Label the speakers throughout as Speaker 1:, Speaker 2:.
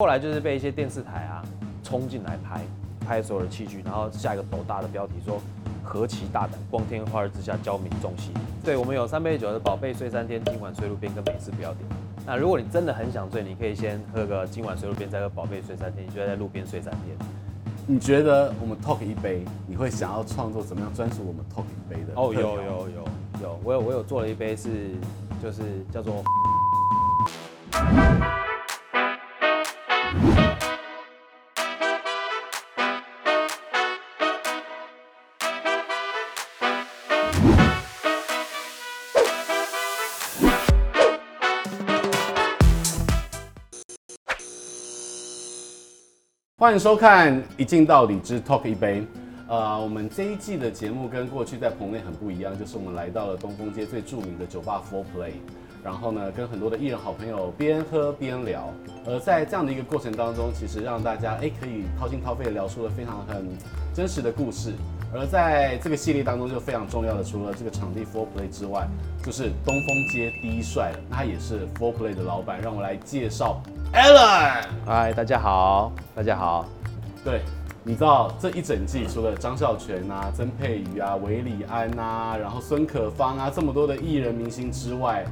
Speaker 1: 后来就是被一些电视台啊冲进来拍，拍所有的器具，然后下一个斗大的标题说“何其大胆，光天化日之下教民众戏”。对，我们有三杯酒的宝贝睡三天，今晚睡路边跟美式不要点。那如果你真的很想醉，你可以先喝个今晚睡路边，再喝宝贝睡三天，你就在路边睡三天。
Speaker 2: 你觉得我们 talk 一杯，你会想要创作怎么样专属我们 talk 一杯的？
Speaker 1: 哦，有有。有有，我有我有做了一杯是就是叫做
Speaker 2: 欢迎收看《一镜到底之 Talk 一杯》。呃，我们这一季的节目跟过去在棚内很不一样，就是我们来到了东风街最著名的酒吧 Four Play，然后呢，跟很多的艺人好朋友边喝边聊。而在这样的一个过程当中，其实让大家哎可以掏心掏肺地聊出了非常很真实的故事。而在这个系列当中，就非常重要的，除了这个场地 Four Play 之外，就是东风街第一帅，那他也是 Four Play 的老板，让我来介绍 Alan。
Speaker 1: 嗨，大家好，大家好。
Speaker 2: 对，你知道这一整季除了张孝全啊、曾佩瑜啊、韦礼安啊，然后孙可芳啊这么多的艺人明星之外，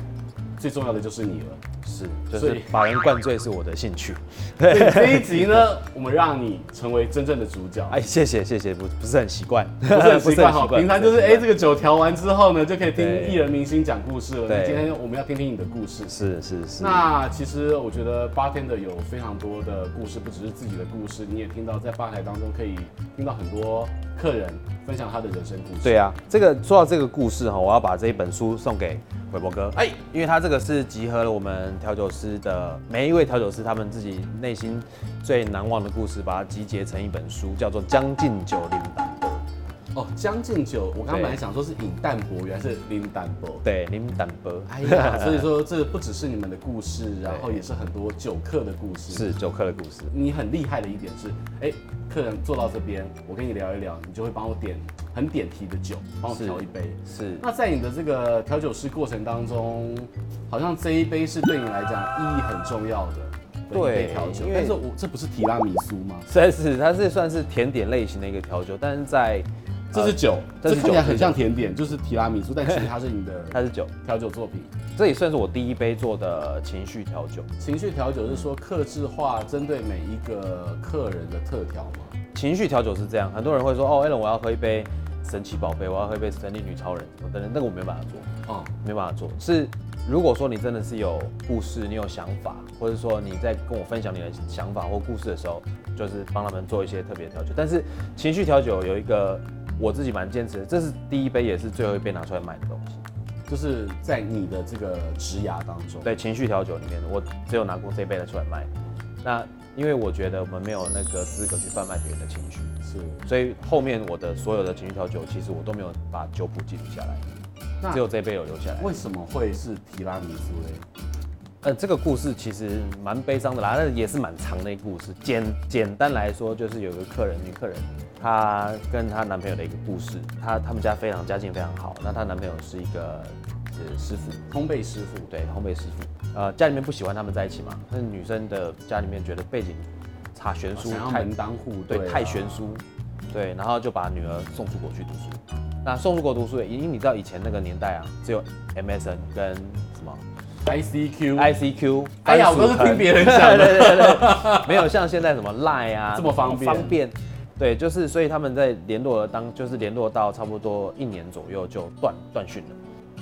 Speaker 2: 最重要的就是你了。
Speaker 1: 是，
Speaker 2: 就
Speaker 1: 就是是把人灌醉是我的兴趣。
Speaker 2: 所以这一集呢，我们让你成为真正的主角。
Speaker 1: 哎，谢谢谢谢，不不是很习惯，不
Speaker 2: 不是很习惯哈，
Speaker 1: 习惯
Speaker 2: 平 常就是哎、这个酒调完之后呢，就可以听
Speaker 1: 对
Speaker 2: 艺人明星讲故事了。那
Speaker 1: 对
Speaker 2: 今天我们要听听你的故事。
Speaker 1: 是是是，
Speaker 2: 那其实我觉得 bartender 有非常多的故事，不只是自己的故事，你也听到在吧台当中可以听到很多客人分享他的人生故事。
Speaker 1: 对啊，这个说到这个故事哈，我要把这一本书送给韦伯哥，哎，因为他这个是集合了我们调酒师的每一位调酒师他们自己内心最难忘的故事，把它集结成一本书，叫做《将进酒林丹波》。
Speaker 2: 哦，将进酒，我刚刚
Speaker 1: 对
Speaker 2: 本来想说是饮淡薄，原来是林淡 薄。
Speaker 1: 对，林丹波，
Speaker 2: 哎呀，所以说这不只是你们的故事，然后
Speaker 1: 对
Speaker 2: 也是很多酒客的故事。，
Speaker 1: 是酒客的故事。
Speaker 2: 你很厉害的一点是，哎，客人坐到这边，我跟你聊一聊，你就会帮我点很点题的酒，帮我
Speaker 1: 是
Speaker 2: 调一杯。
Speaker 1: 是
Speaker 2: 那在你的这个调酒师过程当中，好像这一杯是对你来讲意义很重要的，
Speaker 1: 对
Speaker 2: 一杯调酒
Speaker 1: 因。为
Speaker 2: 但是我这不是提拉米苏吗？
Speaker 1: 算是，它是算是甜点类型的一个调酒，但是在呃
Speaker 2: 这是酒，
Speaker 1: 这
Speaker 2: 这
Speaker 1: 是
Speaker 2: 看起来
Speaker 1: 酒
Speaker 2: 很像甜点，就是提拉米苏，但其实它是你的
Speaker 1: 它是酒，
Speaker 2: 调酒作品。
Speaker 1: 这也算是我第一杯做的情绪调酒。
Speaker 2: 情绪调酒是说克制化针对每一个客人的特调吗？
Speaker 1: 情绪调酒是这样，很多人会说哦 a l n 我要喝一杯神奇宝贝，我要喝一杯神力女超人什么等等，那个我没办法做，
Speaker 2: 哦，
Speaker 1: 没办法做。是如果说你真的是有故事，你有想法，或者说你在跟我分享你的想法或故事的时候，就是帮他们做一些特别的调酒。但是情绪调酒有一个我自己蛮坚持的，这是第一杯也是最后一杯拿出来卖的东西。
Speaker 2: 就是在你的这个职涯当中，
Speaker 1: 对情绪调酒里面，我只有拿过这一杯的出来卖。那因为我觉得我们没有那个资格去贩卖别人的情绪，
Speaker 2: 是。
Speaker 1: 所以后面我的所有的情绪调酒，其实我都没有把酒谱记录下来，
Speaker 2: 那
Speaker 1: 只有这杯有留下来。
Speaker 2: 为什么会是提拉米苏嘞？
Speaker 1: 呃，这个故事其实蛮悲伤的啦，但也是蛮长的一个故事。简简单来说，就是有一个客人，女客人，她跟她男朋友的一个故事。她他们家非常家境非常好，那她男朋友是一个呃师傅，
Speaker 2: 烘焙师傅，
Speaker 1: 对，烘焙师傅，呃，家里面不喜欢他们在一起嘛，但是女生的家里面觉得背景差悬殊
Speaker 2: 想要
Speaker 1: 太
Speaker 2: 门当户
Speaker 1: 对
Speaker 2: 对啊，
Speaker 1: 太悬殊，对，然后就把女儿送出国去读书。那送出国读书，因为你知道以前那个年代啊，只有 MSN 跟什么
Speaker 2: ICQ。
Speaker 1: ICQ，
Speaker 2: 哎呀
Speaker 1: 番薯
Speaker 2: 我都是
Speaker 1: 藤
Speaker 2: 听别人讲 的
Speaker 1: 对对对 对，没有像现在什么 Line 啊
Speaker 2: 这么方便
Speaker 1: 方便。对，就是所以他们在联络的当就是联络到差不多一年左右就断断讯了。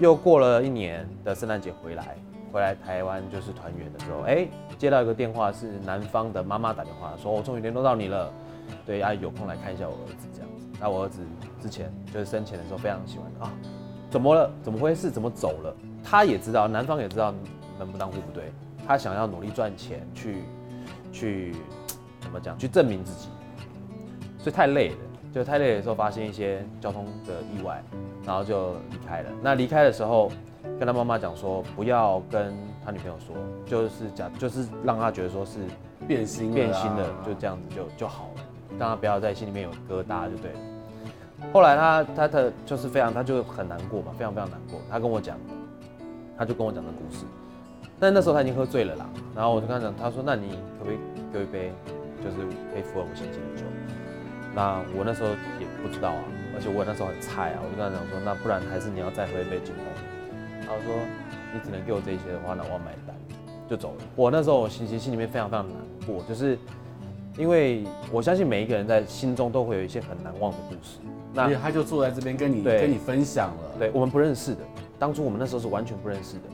Speaker 1: 又过了一年的圣诞节回来，回来台湾就是团圆的时候，哎、接到一个电话是男方的妈妈打电话说，我终于联络到你了，对啊，有空来看一下我儿子这样子。那我儿子之前就是生前的时候非常喜欢啊，怎么了？怎么回事？怎么走了？他也知道，男方也知道门不当户不对，他想要努力赚钱去去怎么讲？去证明自己，所以太累了。就太累的时候，发现一些交通的意外，然后就离开了。那离开的时候，跟他妈妈讲说，不要跟他女朋友说，就是讲，就是让他觉得说是
Speaker 2: 变心了啊
Speaker 1: 变心了，就这样子就就好了，让他不要在心里面有疙瘩就对了。后来他他的就是非常，他就很难过嘛，非常非常难过。他跟我讲，他就跟我讲的故事，但那时候他已经喝醉了啦。然后我就跟他讲，他说：“那你可不可以给我一杯就是可以符合我心情的酒。那我那时候也不知道啊，而且我那时候很菜啊，我就跟他讲说，那不然还是你要再喝一杯金哦红。他说你只能给我这些的话，那我要买单，就走了。我那时候我心情心里面非常非常难过，就是因为我相信每一个人在心中都会有一些很难忘的故事。那
Speaker 2: 而且他就坐在这边跟你
Speaker 1: 对
Speaker 2: 跟你分享了，
Speaker 1: 对我们不认识的，当初我们那时候是完全不认识的。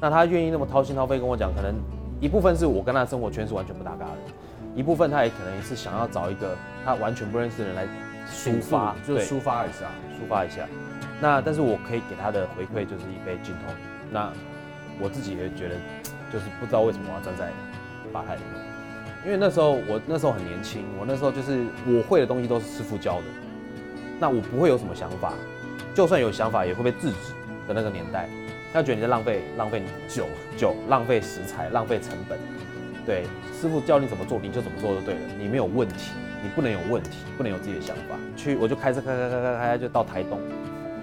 Speaker 1: 那他愿意那么掏心掏肺跟我讲，可能一部分是我跟他的生活圈是完全不搭嘎的，一部分他也可能是想要找一个他完全不认识的人来抒发，
Speaker 2: 就
Speaker 1: 对
Speaker 2: 抒发一下。
Speaker 1: 抒发一下。那但是我可以给他的回馈就是一杯金通，那我自己也觉得就是不知道为什么我要站在吧台里面，因为那时候我那时候很年轻，我那时候就是我会的东西都是师傅教的，那我不会有什么想法，就算有想法也会被制止的那个年代，他觉得你在浪费浪费你的酒酒，浪费食材，浪费成本。对，师傅教你怎么做，你就怎么做就对了，你没有问题，你不能有问题，不能有自己的想法。去，我就开车开开开开开，就到台东。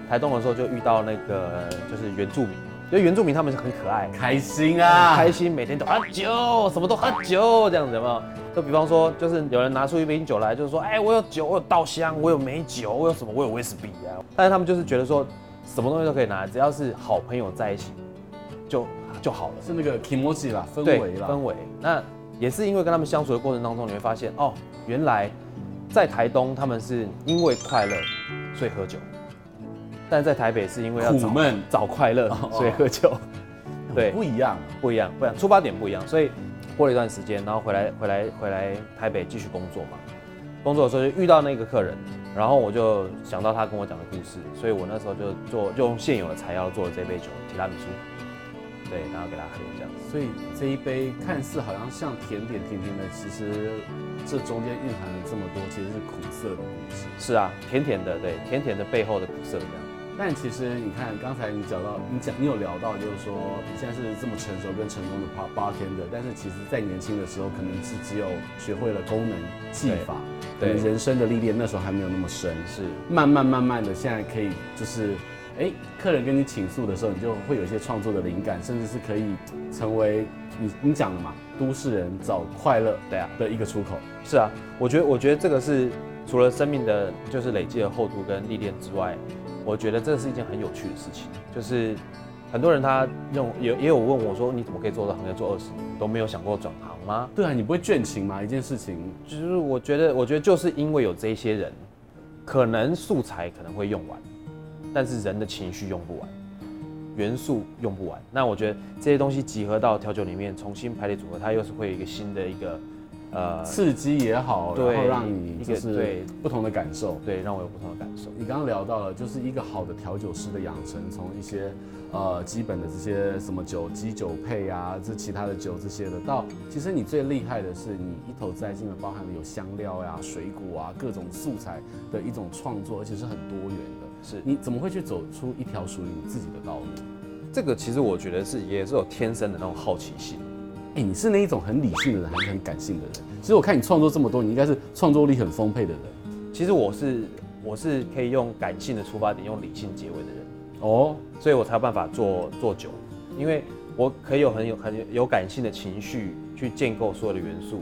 Speaker 1: 台东的时候就遇到那个就是原住民，就原住民他们很可爱，
Speaker 2: 开心啊！
Speaker 1: 开心，每天都喝酒，什么都喝酒，这样子有没有？就比方说，就是有人拿出一瓶酒来，就是说，哎，我有酒，我有稻香，我有美酒，我有什么，我有威士忌啊。但是他们就是觉得说，什么东西都可以拿，只要是好朋友在一起，就就好了。
Speaker 2: 是那个 kimoji 啦，氛
Speaker 1: 对
Speaker 2: 围啦，
Speaker 1: 氛围。那也是因为跟他们相处的过程当中，你会发现哦，原来在台东他们是因为快乐所以喝酒，但在台北是因为要
Speaker 2: 苦
Speaker 1: 找
Speaker 2: 闷，
Speaker 1: 找快乐
Speaker 2: 哦哦
Speaker 1: 所以喝酒，对
Speaker 2: 不一样。啊
Speaker 1: 不一样，不一样，出发点不一样。所以过了一段时间，然后回来回来回来台北继续工作嘛。工作的时候就遇到那个客人，然后我就想到他跟我讲的故事，所以我那时候就做就用现有的材料做了这杯酒提拉米苏，对，然后给他喝这样子。
Speaker 2: 所以这一杯看似好像像甜点甜甜的，其实这中间蕴含了这么多，其实是苦涩的故事。
Speaker 1: 是啊，甜甜的，对，甜甜的背后的苦涩这样。
Speaker 2: 但其实你看，刚才你讲到，你讲你有聊到，就是说你现在是这么成熟跟成功的 bar bartender，但是其实在年轻的时候，可能是只有学会了功能技法，可
Speaker 1: 对
Speaker 2: 能人生的历练那时候还没有那么深，
Speaker 1: 是，
Speaker 2: 慢慢慢慢的，现在可以就是，哎，客人跟你倾诉的时候，你就会有一些创作的灵感，甚至是可以成为你你讲的嘛，都市人找快乐
Speaker 1: 对啊，
Speaker 2: 的一个出口。
Speaker 1: 是啊。我觉得，我觉得这个是除了生命的就是累积的厚度跟历练之外，我觉得这是一件很有趣的事情。就是很多人他用也也有问我说，你怎么可以做到行业做二十年都没有想过转行吗？
Speaker 2: 对啊，你不会倦情吗？一件事情，
Speaker 1: 就是我觉得，我觉得就是因为有这一些人，可能素材可能会用完，但是人的情绪用不完，元素用不完。那我觉得这些东西集合到调酒里面重新排列组合，它又是会有一个新的一个呃，
Speaker 2: 刺激也好，
Speaker 1: 对
Speaker 2: 然后让你就
Speaker 1: 一个
Speaker 2: 是
Speaker 1: 对
Speaker 2: 不同的感受。
Speaker 1: 对，让我有不同的感受。
Speaker 2: 你刚刚聊到了，就是一个好的调酒师的养成，从一些呃基本的这些什么酒、基酒配啊，这其他的酒这些的，到其实你最厉害的是你一头栽进了，包含了有香料呀、水果啊、各种素材的一种创作，而且是很多元的。
Speaker 1: 是
Speaker 2: 你怎么会去走出一条属于你自己的道路？
Speaker 1: 这个，其实我觉得是也是有天生的那种好奇心。
Speaker 2: 哎，你是那一种很理性的人，还是很感性的人？其实我看你创作这么多，你应该是创作力很丰沛的人
Speaker 1: 其实我是我是可以用感性的出发点，用理性结尾的人。
Speaker 2: 哦。
Speaker 1: 所以我才有办法做做酒，因为我可以有很有很有有感性的情绪去建构所有的元素，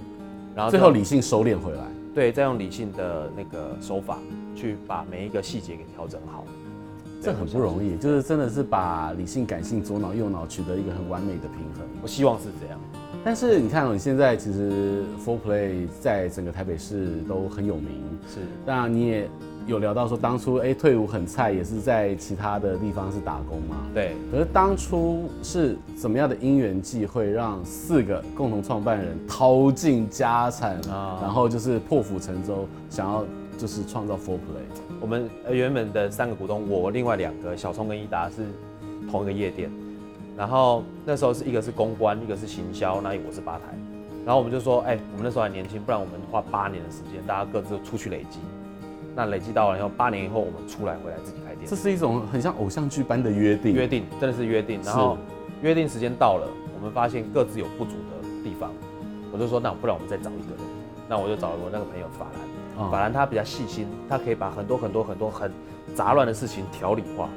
Speaker 1: 然后
Speaker 2: 最后
Speaker 1: 再
Speaker 2: 理性收敛回来。
Speaker 1: 对再用理性的那个手法去把每一个细节给调整好，
Speaker 2: 这很不容易，就是真的是把理性、感性、左脑、右脑取得一个很完美的平衡。
Speaker 1: 我希望是这样。
Speaker 2: 但是你看哦，你现在其实 Four Play 在整个台北市都很有名，
Speaker 1: 是
Speaker 2: 那你也有聊到说当初哎退伍很菜，也是在其他的地方是打工嘛？
Speaker 1: 对，
Speaker 2: 可是当初是怎么样的因缘际会，让四个共同创办人掏尽家产，
Speaker 1: 啊
Speaker 2: 然后就是破釜沉舟，想要就是创造 Four Play？
Speaker 1: 我们呃原本的三个股东，我另外两个小聪跟伊达是同一个夜店，然后那时候是一个是公关，一个是行销，那我是吧台，然后我们就说，哎、我们那时候还年轻，不然我们花八年的时间，大家各自出去累积，那累积到了以后，八年以后我们出来回来自己开店
Speaker 2: 这，是一种很像偶像剧般的约定。
Speaker 1: 约定真的是约定，然后约定时间到了，我们发现各自有不足的地方，我就说，那不然我们再找一个人，那我就找了我那个朋友法兰。
Speaker 2: 啊
Speaker 1: 法兰他比较细心，他可以把很多很多很多很杂乱的事情条理化，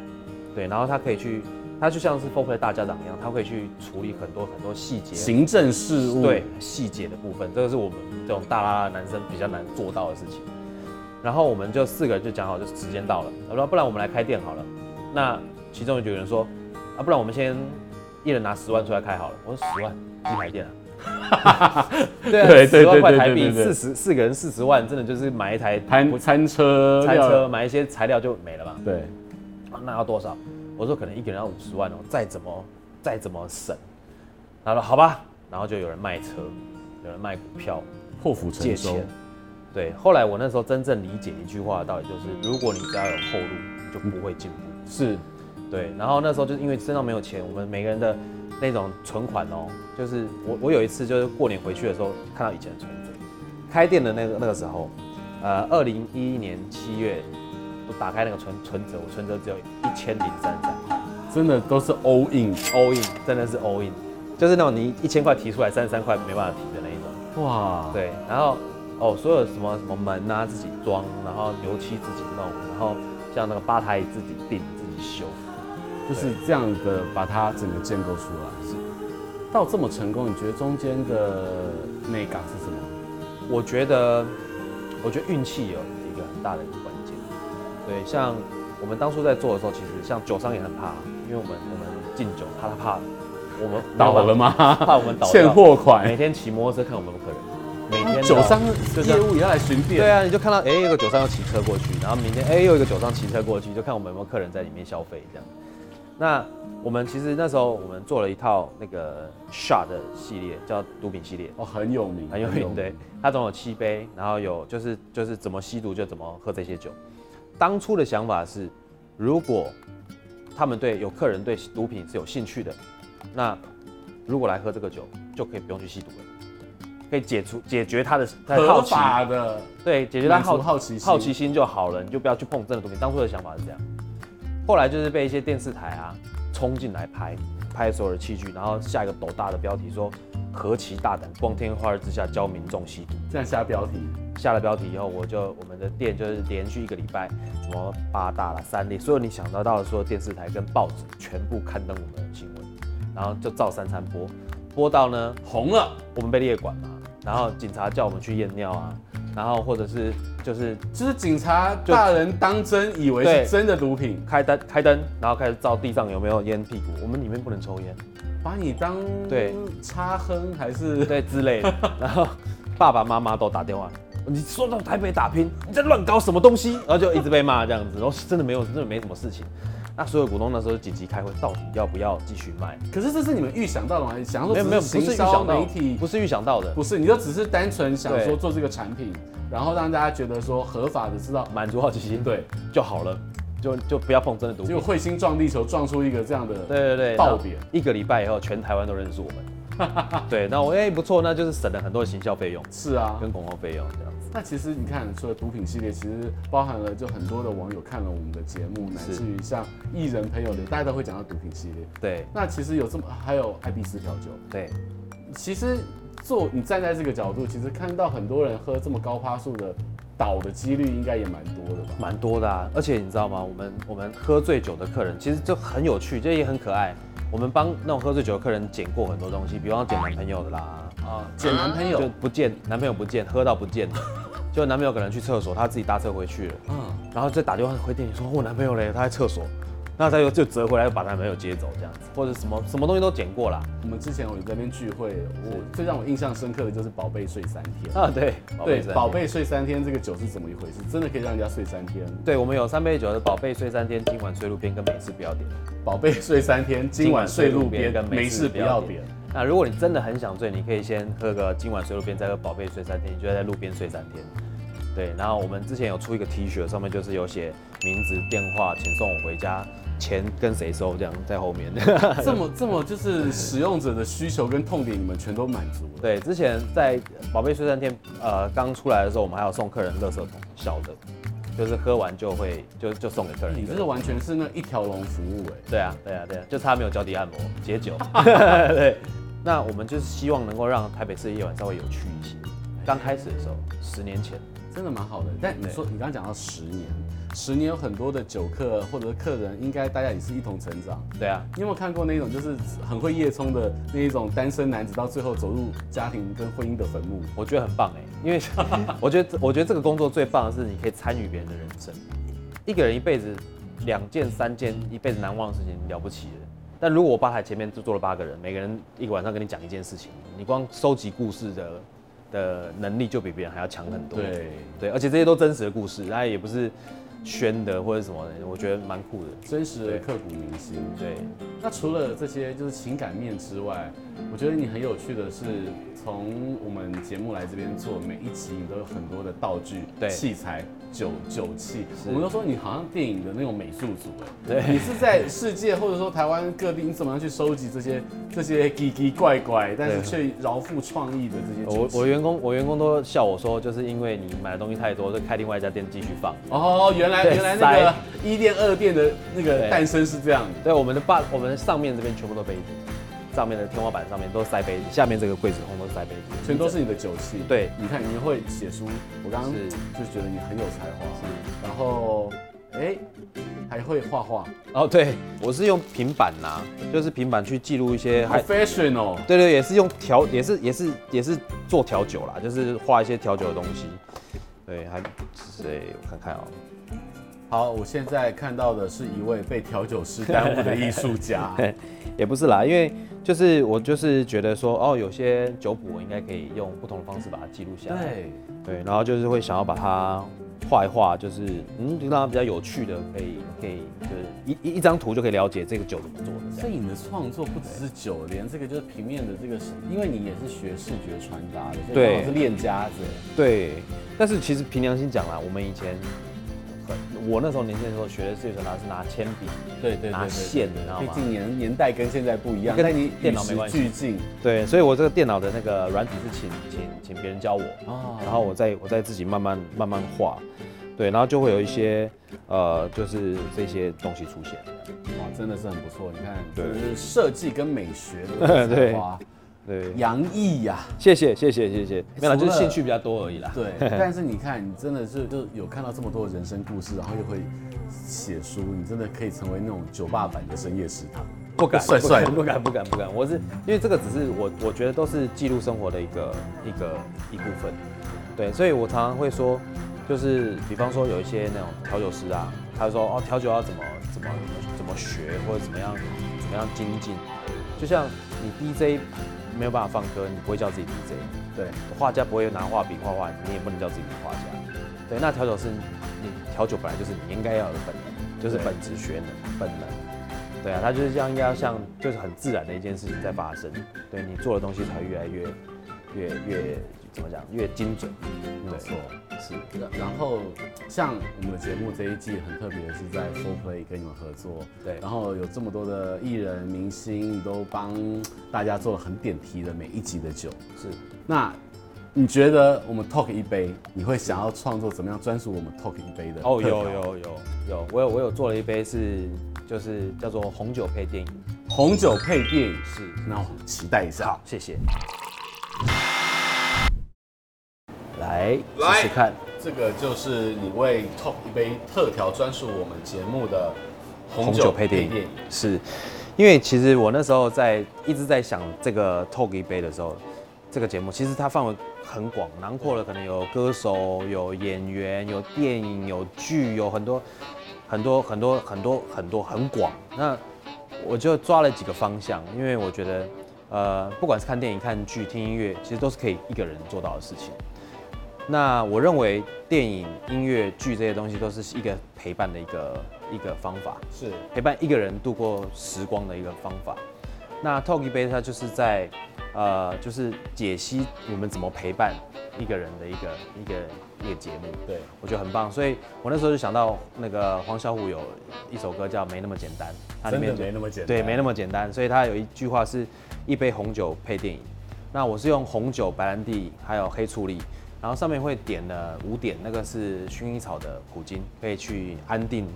Speaker 1: 对，然后他可以去他就像是 f o r p l a y 大家长一样，他会去处理很多很多细节，
Speaker 2: 行政事务，
Speaker 1: 对细节的部分，这个是我们这种大拉拉男生比较难做到的事情。然后我们就四个人就讲好，就是时间到了，啊要不然不然我们来开店好了。那其中有人说，啊，不然我们先一人拿十万出来开好了。我说十万鸡排店啊。 对啊，
Speaker 2: 对对
Speaker 1: 十万块
Speaker 2: 对对
Speaker 1: 台币，
Speaker 2: 对对对
Speaker 1: 四十四个人四十万，真的就是买一台
Speaker 2: 餐餐车，
Speaker 1: 餐
Speaker 2: 料
Speaker 1: 车，，买一些材料就没了嘛。
Speaker 2: 对，
Speaker 1: 啊那要多少？我说可能一个人要五十万哦，再怎么再怎么省。他说好吧，然后就有人卖车，有人卖股票，
Speaker 2: 破釜沉
Speaker 1: 借
Speaker 2: 舟
Speaker 1: 钱。。对，后来我那时候真正理解一句话的道理就是，如果你只要有后路，你就不会进步。
Speaker 2: 是，
Speaker 1: 对，然后那时候就是因为身上没有钱，我们每个人的那种存款哦，就是我我有一次就是过年回去的时候看到以前的存折，开店的那个那个时候，呃，二零一一年七月，我打开那个存存折，我存折只有一千零三三。
Speaker 2: 真的都是 all in，
Speaker 1: all in，真的是 all in，就是那种你一千块提出来，三十三块没办法提的那一种。
Speaker 2: 哇，
Speaker 1: 对，然后哦，所有什么什么门啊自己装，然后油漆自己弄，然后像那个吧台椅自己定自己修。
Speaker 2: 就是这样的把它整个建构出来。是，到这么成功，你觉得中间的美感是什么？
Speaker 1: 我觉得，我觉得运气有一个很大的一个关键。对，像我们当初在做的时候，其实像酒商也很怕，因为我们我们敬酒，他怕我们
Speaker 2: 倒 了，吗？
Speaker 1: 怕我们倒掉
Speaker 2: 欠，货
Speaker 1: 每
Speaker 2: 款，
Speaker 1: 天骑摩托车看我们有没有客人，每天
Speaker 2: 酒商
Speaker 1: 就这样
Speaker 2: 业务也要来巡店。
Speaker 1: 对啊，你就看到哎、诶有个酒商要骑车过去，然后明天哎、诶又有一个酒商骑车过去，就看我们有没有客人在里面消费这样。那我们其实那时候我们做了一套那个 shot 的系列，叫毒品系列，
Speaker 2: 哦，很有名，
Speaker 1: 很有名。对，它总有七杯，然后有就是就是怎么吸毒就怎么喝这些酒。当初的想法是，如果他们对有客人对毒品是有兴趣的，那如果来喝这个酒，就可以不用去吸毒了，可以解除解决他的他的好
Speaker 2: 合
Speaker 1: 奇。
Speaker 2: 法的，
Speaker 1: 对，解决他
Speaker 2: 满足好奇心
Speaker 1: 好奇心就好了，你就不要去碰真的东西。当初的想法是这样，后来就是被一些电视台啊冲进来拍，拍所有的器具，然后下一个斗大的标题说“何其大胆，光天化日之下教民众吸毒
Speaker 2: 这样下标题。”。
Speaker 1: 下了标题以后，我就我们的店就是连续一个礼拜，什么八大啦、三立，所有你想得到的所有电视台跟报纸全部刊登我们的新闻，然后就照三餐播，播到呢
Speaker 2: 红了，
Speaker 1: 我们被列管嘛，然后警察叫我们去验尿啊，然后或者是就是
Speaker 2: 就是警察大人当真以为
Speaker 1: 对
Speaker 2: 是真的毒品，
Speaker 1: 开灯开灯，然后开始照地上有没有烟屁股，我们里面不能抽烟，
Speaker 2: 把你当
Speaker 1: 对
Speaker 2: 插亨还是
Speaker 1: 对之类的。 然后爸爸妈妈都打电话，你说到台北打拼，你在乱搞什么东西？然后就一直被骂这样子，然后真的没有，真的没什么事情。那所有股东那时候就紧急开会，到底要不要继续卖？
Speaker 2: 可是这是你们预想到的吗？想说
Speaker 1: 没有没有，
Speaker 2: 只
Speaker 1: 不是
Speaker 2: 行
Speaker 1: 预想
Speaker 2: 销
Speaker 1: 到
Speaker 2: 媒体，
Speaker 1: 不是预想到的，
Speaker 2: 不是，你就只是单纯想
Speaker 1: 对
Speaker 2: 说做这个产品，然后让大家觉得说合法的知道，
Speaker 1: 满足好奇心
Speaker 2: 对，
Speaker 1: 就好了，就就不要碰真的毒
Speaker 2: 结
Speaker 1: 品
Speaker 2: 果。彗星撞地球撞出一个这样的，
Speaker 1: 对对对，
Speaker 2: 爆点
Speaker 1: 然后一个礼拜以后，全台湾都认识我们。 对，那我哎、不错，那就是省了很多的行销费用
Speaker 2: 是啊。
Speaker 1: 跟广告费用这样子。
Speaker 2: 那其实你看，除了毒品系列，其实包含了就很多的网友看了我们的节目，乃
Speaker 1: 是
Speaker 2: 至于像艺人朋友的，大家都会讲到毒品系列。
Speaker 1: 对
Speaker 2: 那其实有这么还有艾必斯调酒，
Speaker 1: 对，
Speaker 2: 其实做你站在这个角度，其实看到很多人喝这么高趴数的倒的几率应该也蛮多的吧？
Speaker 1: 蛮多的啊。而且你知道吗？我们我们喝醉酒的客人其实就很有趣，这也很可爱。我们帮那种喝醉酒的客人捡过很多东西，比方捡男朋友的啦，
Speaker 2: 啊，捡男朋友
Speaker 1: 就，不见男朋友不见，喝到不见， 就男朋友可能去厕所，他自己搭车回去了，
Speaker 2: 嗯，
Speaker 1: 然后再打电话回店里说我男朋友嘞，他在厕所，那他又就折回来又把男朋友接走这样子，或者什么什么东西都捡过啦。
Speaker 2: 我们之前我在那边聚会，我最让我印象深刻的就是宝贝睡三天。
Speaker 1: 啊，对，
Speaker 2: 对，
Speaker 1: 三
Speaker 2: 宝
Speaker 1: 天。
Speaker 2: 贝睡三天这个酒是怎么一回事？真的可以让人家睡三天？
Speaker 1: 对，我们有三杯酒的宝贝睡三天，今晚睡路边跟每次不要点。
Speaker 2: 宝贝睡三天，今晚睡路边，
Speaker 1: 跟
Speaker 2: 没事不要点。。
Speaker 1: 那如果你真的很想醉，你可以先喝个今晚睡路边，再喝宝贝睡三天，你就在路边睡三天。对，然后我们之前有出一个 T 恤，上面就是有写名字、电话，请送我回家，钱跟谁收这样在后面。
Speaker 2: 这么这么就是使用者的需求跟痛点，你们全都满足了。
Speaker 1: 对，之前在宝贝睡三天，呃，刚出来的时候，我们还有送客人垃圾桶，小的，就是喝完就会就就送给客人一
Speaker 2: 你
Speaker 1: 个。
Speaker 2: 这是完全是那一条龙服务哎、
Speaker 1: 对啊，对啊，对啊，就差没有脚底按摩解酒。 对，那我们就是希望能够让台北市的夜晚稍微有趣一些。刚开始的时候，十年前，
Speaker 2: 真的蛮好的。但你
Speaker 1: 对
Speaker 2: 说你刚刚讲到十年，十年有很多的酒客或者客人，应该大家也是一同成长。
Speaker 1: 对啊，
Speaker 2: 你有没有看过那种就是很会夜冲的那一种单身男子，到最后走入家庭跟婚姻的坟墓？
Speaker 1: 我觉得很棒哎，因为 我觉得我觉得这个工作最棒的是你可以参与别人的人生。一个人一辈子两件三件一辈子难忘的事情了不起了，但如果我吧台前面就坐了八个人，每个人一个晚上跟你讲一件事情，你光收集故事的的能力就比别人还要强很多。
Speaker 2: 对，
Speaker 1: 对，而且这些都真实的故事，然后也不是宣的或者什么的，我觉得蛮酷的。
Speaker 2: 真实的刻骨铭心。
Speaker 1: 对，
Speaker 2: 那除了这些就是情感面之外，我觉得你很有趣的是，从我们节目来这边做每一集，你都有很多的道具、
Speaker 1: 对
Speaker 2: 器材、酒酒器。
Speaker 1: 是
Speaker 2: 我们都说你好像电影的那种美术组哎，
Speaker 1: 对
Speaker 2: 你是在世界或者说台湾各地，你怎么样去收集这些这些奇奇怪怪，但是却饶富创意的这些酒
Speaker 1: 我
Speaker 2: 器？
Speaker 1: 我员工我员工都笑我说，就是因为你买的东西太多，就开另外一家店继续放。
Speaker 2: 哦，原来
Speaker 1: 对
Speaker 2: 原来那
Speaker 1: 塞
Speaker 2: 个一店二店的那个
Speaker 1: 对
Speaker 2: 诞生是这样的。
Speaker 1: 对，我们的把我们上面这边全部都杯子，上面的天花板上面都塞杯子，下面这个柜子通通都塞杯子，
Speaker 2: 全都是你的酒气。
Speaker 1: 对
Speaker 2: 你看你会写书，我刚刚
Speaker 1: 是
Speaker 2: 就觉得你很有才华。然后，哎，还会画画
Speaker 1: 哦，对，我是用平板呐、就是平板去记录一些还。
Speaker 2: ，professional。
Speaker 1: 对对，也是用调，也是也是也是做调酒啦，就是画一些调酒的东西。对，还对，我看看哦、
Speaker 2: 好，我现在看到的是一位被调酒师耽误的艺 术家。
Speaker 1: 也不是啦，因为就是我就是觉得说，哦，有些酒谱我应该可以用不同的方式把它记录下来。
Speaker 2: 对，
Speaker 1: 对，然后就是会想要把它画一画，就是嗯，就让它比较有趣的，可以可以就是一一一张图就可以了解这个酒怎么做的这
Speaker 2: 所
Speaker 1: 样。
Speaker 2: 以你的创作不只是酒，连这个就是平面的这个，因为你也是学视觉传达的，所以
Speaker 1: 对
Speaker 2: 刚好是练家子。
Speaker 1: 对，但是其实凭良心讲啦，我们以前很，我那时候年轻的时候学的最传达是拿铅笔，
Speaker 2: 对对对
Speaker 1: 拿线你知道
Speaker 2: 毕
Speaker 1: 吗
Speaker 2: 竟年年代跟现在不一样，
Speaker 1: 跟
Speaker 2: 但你
Speaker 1: 电
Speaker 2: 与
Speaker 1: 脑没
Speaker 2: 时
Speaker 1: 关系
Speaker 2: 俱进
Speaker 1: 对，所以我这个电脑的那个软体是请请请别人教我，
Speaker 2: 啊
Speaker 1: 然后我再我再自己慢慢慢慢画，对，然后就会有一些呃，就是这些东西出现。
Speaker 2: 哇，真的是很不错。你看，
Speaker 1: 对
Speaker 2: 就是设计跟美学 的才
Speaker 1: 对
Speaker 2: 华，
Speaker 1: 对，
Speaker 2: 洋溢呀、
Speaker 1: 谢谢谢谢谢谢，没有啦，
Speaker 2: 除
Speaker 1: 就
Speaker 2: 了
Speaker 1: 是兴趣比较多而已啦。
Speaker 2: 对，但是你看，你真的是就有看到这么多的人生故事，然后又会写书，你真的可以成为那种酒吧版的深夜食堂。
Speaker 1: 不敢，
Speaker 2: 帅帅的
Speaker 1: 不敢，不敢，不敢。我是因为这个只是我，我觉得都是记录生活的一个一个一部分。对，所以我常常会说，就是比方说有一些那种调酒师啊，他就说哦，调酒要怎么怎么怎么学，或者怎么样怎么样精进。就像你 DJ 没有办法放歌，你不会叫自己 DJ。
Speaker 2: 对，
Speaker 1: 画家不会拿画笔画画，你也不能叫自己画家。对，那调酒是你调酒本来就是你应该要有的本能，就是
Speaker 2: 对
Speaker 1: 本职学能本能。对啊，它就是这样，应该要像就是很自然的一件事情在发生。对你做的东西才越来越越越怎么讲越精准。
Speaker 2: 没有错。
Speaker 1: 是
Speaker 2: 然然后，像我们的节目这一季很特别，是在 Full Play 跟你们合作，
Speaker 1: 对
Speaker 2: 然后有这么多的艺人、明星，你都帮大家做了很点题的每一集的酒。
Speaker 1: 是，
Speaker 2: 那你觉得我们 Talk 一杯，你会想要创作怎么样专属我们 Talk 一杯的？
Speaker 1: 哦，有有有有，我有我有做了一杯是就是叫做红酒配电影，
Speaker 2: 红酒配电影，
Speaker 1: 是
Speaker 2: 那我期待一下。
Speaker 1: 谢谢。来试试看，
Speaker 2: 这个就是你为 Talk 一杯特调专属我们节目的
Speaker 1: 红酒配电影，是因为其实我那时候在一直在想这个 Talk 一杯的时候，这个节目其实它范围很广，囊括了可能有歌手、有演员、有电影、有剧，有很多很多很多很多很多很广。那我就抓了几个方向，因为我觉得，呃，不管是看电影、看剧、听音乐，其实都是可以一个人做到的事情。那我认为电影、音乐、剧这些东西都是一个陪伴的一个一个方法。
Speaker 2: 是
Speaker 1: 陪伴一个人度过时光的一个方法。那 Talk 一杯它就是在呃，就是解析我们怎么陪伴一个人的一个一个一个节目，
Speaker 2: 对，
Speaker 1: 我觉得很棒。所以我那时候就想到那个黄小琥有一首歌叫《没那么简单》，
Speaker 2: 真的
Speaker 1: 就
Speaker 2: 没那么简单，
Speaker 1: 对没那
Speaker 2: 么
Speaker 1: 么简单，所以它有一句话是一杯红酒配电影。那我是用红酒、白兰地还有黑醋栗，然后上面会点了五点，那个是薰衣草的苦精，可以去安定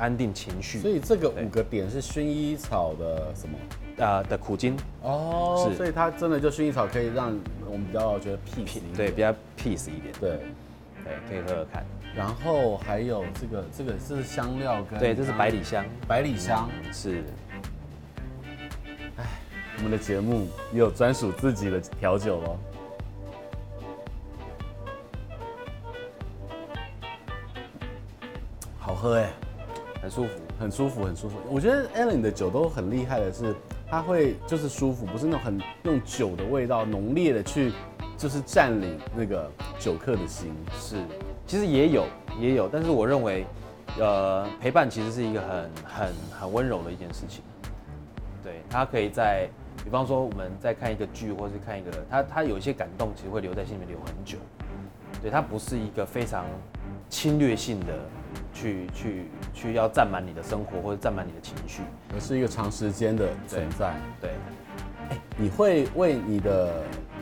Speaker 1: 安定情绪。
Speaker 2: 所以这个五个点是薰衣草的什么？
Speaker 1: 呃的苦精，
Speaker 2: 哦，
Speaker 1: 是
Speaker 2: 所以它真的就薰衣草可以让我们比较觉得 peace 一点
Speaker 1: 对，比较 peace 一点。
Speaker 2: 对，
Speaker 1: 对，可以喝喝看。
Speaker 2: 然后还有这个这个这是香料跟
Speaker 1: 对，这是百里香，
Speaker 2: 百里香。
Speaker 1: 是
Speaker 2: 我们的节目也有专属自己的调酒哦喽。好喝哎、
Speaker 1: 很舒服。
Speaker 2: 很舒服，很舒服。我觉得 Ellen 的酒都很厉害的是，它会就是舒服，不是那种很用酒的味道浓烈的去，就是占领那个酒客的心。
Speaker 1: 是，其实也有也有，但是我认为，呃，陪伴其实是一个很很很温柔的一件事情。对，它可以在，比方说我们在看一个剧，或是看一个，它它有一些感动，其实会留在心里面留很久。对，它不是一个非常侵略性的去去去要占满你的生活或者占满你的情绪。
Speaker 2: 而是一个长时间的存在。
Speaker 1: 对，
Speaker 2: 你会为你的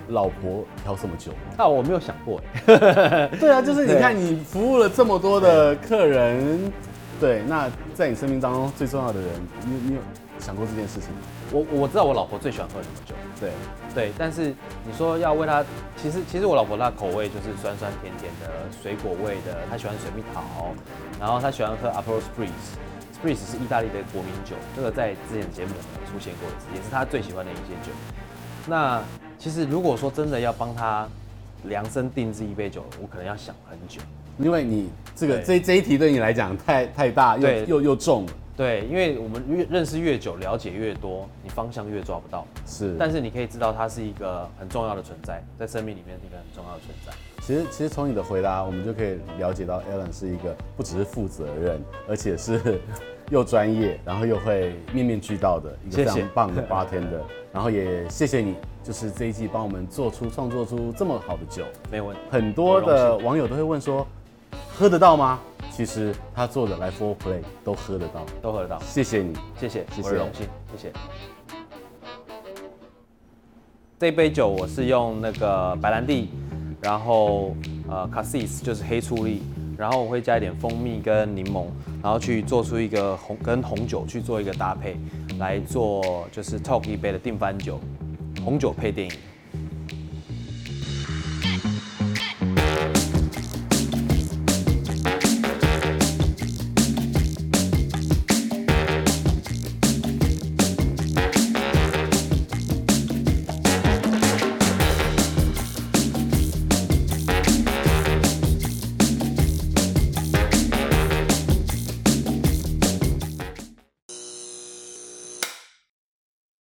Speaker 2: 老婆调什么酒吗？
Speaker 1: 那我没有想过欸
Speaker 2: 对啊，就是你
Speaker 1: 对
Speaker 2: 看你服务了这么多的客人，对，那在你生命当中最重要的人，你你有想过这件事情吗？
Speaker 1: 我我知道我老婆最喜欢喝什么酒，
Speaker 2: 对，
Speaker 1: 对，但是你说要为她，其实其实我老婆她口味就是酸酸甜甜的水果味的，她喜欢水蜜桃，然后她喜欢喝 Aperol Spritz，Spritz 是意大利的国民酒，这个在之前节目我们出现过一次，也是她最喜欢的一些酒。那其实如果说真的要帮她量身定制一杯酒，我可能要想很久。
Speaker 2: 因为你这个这
Speaker 1: 对
Speaker 2: 这一题对你来讲太太大又
Speaker 1: 对
Speaker 2: 又又重了，
Speaker 1: 对，因为我们越认识越久，了解越多，你方向越抓不到。
Speaker 2: 是
Speaker 1: 但是你可以知道它是一个很重要的存在，在生命里面是一个很重要的存在。
Speaker 2: 其实，其实从你的回答，我们就可以了解到 Alan 是一个不只是负责任，而且是 又专业，然后又会面面俱到的一个
Speaker 1: 谢
Speaker 2: 非
Speaker 1: 谢
Speaker 2: 常棒的 bartender。然后也谢谢你，就是这一季帮我们做出创作出这么好的酒。
Speaker 1: 没问题，
Speaker 2: 很多
Speaker 1: 我
Speaker 2: 的
Speaker 1: 荣
Speaker 2: 网友都会问说，喝得到吗？其实他做的来 Four Play 都喝得到。
Speaker 1: 都喝得到，
Speaker 2: 谢谢你，
Speaker 1: 谢谢，
Speaker 2: 谢谢
Speaker 1: 我的荣幸，谢谢。这杯酒我是用那个白兰地，然后呃 cassis 就是黑醋栗，然后我会加一点蜂蜜跟柠檬，然后去做出一个红跟红酒去做一个搭配，来做就是 talk 一杯的定番酒，红酒配电影。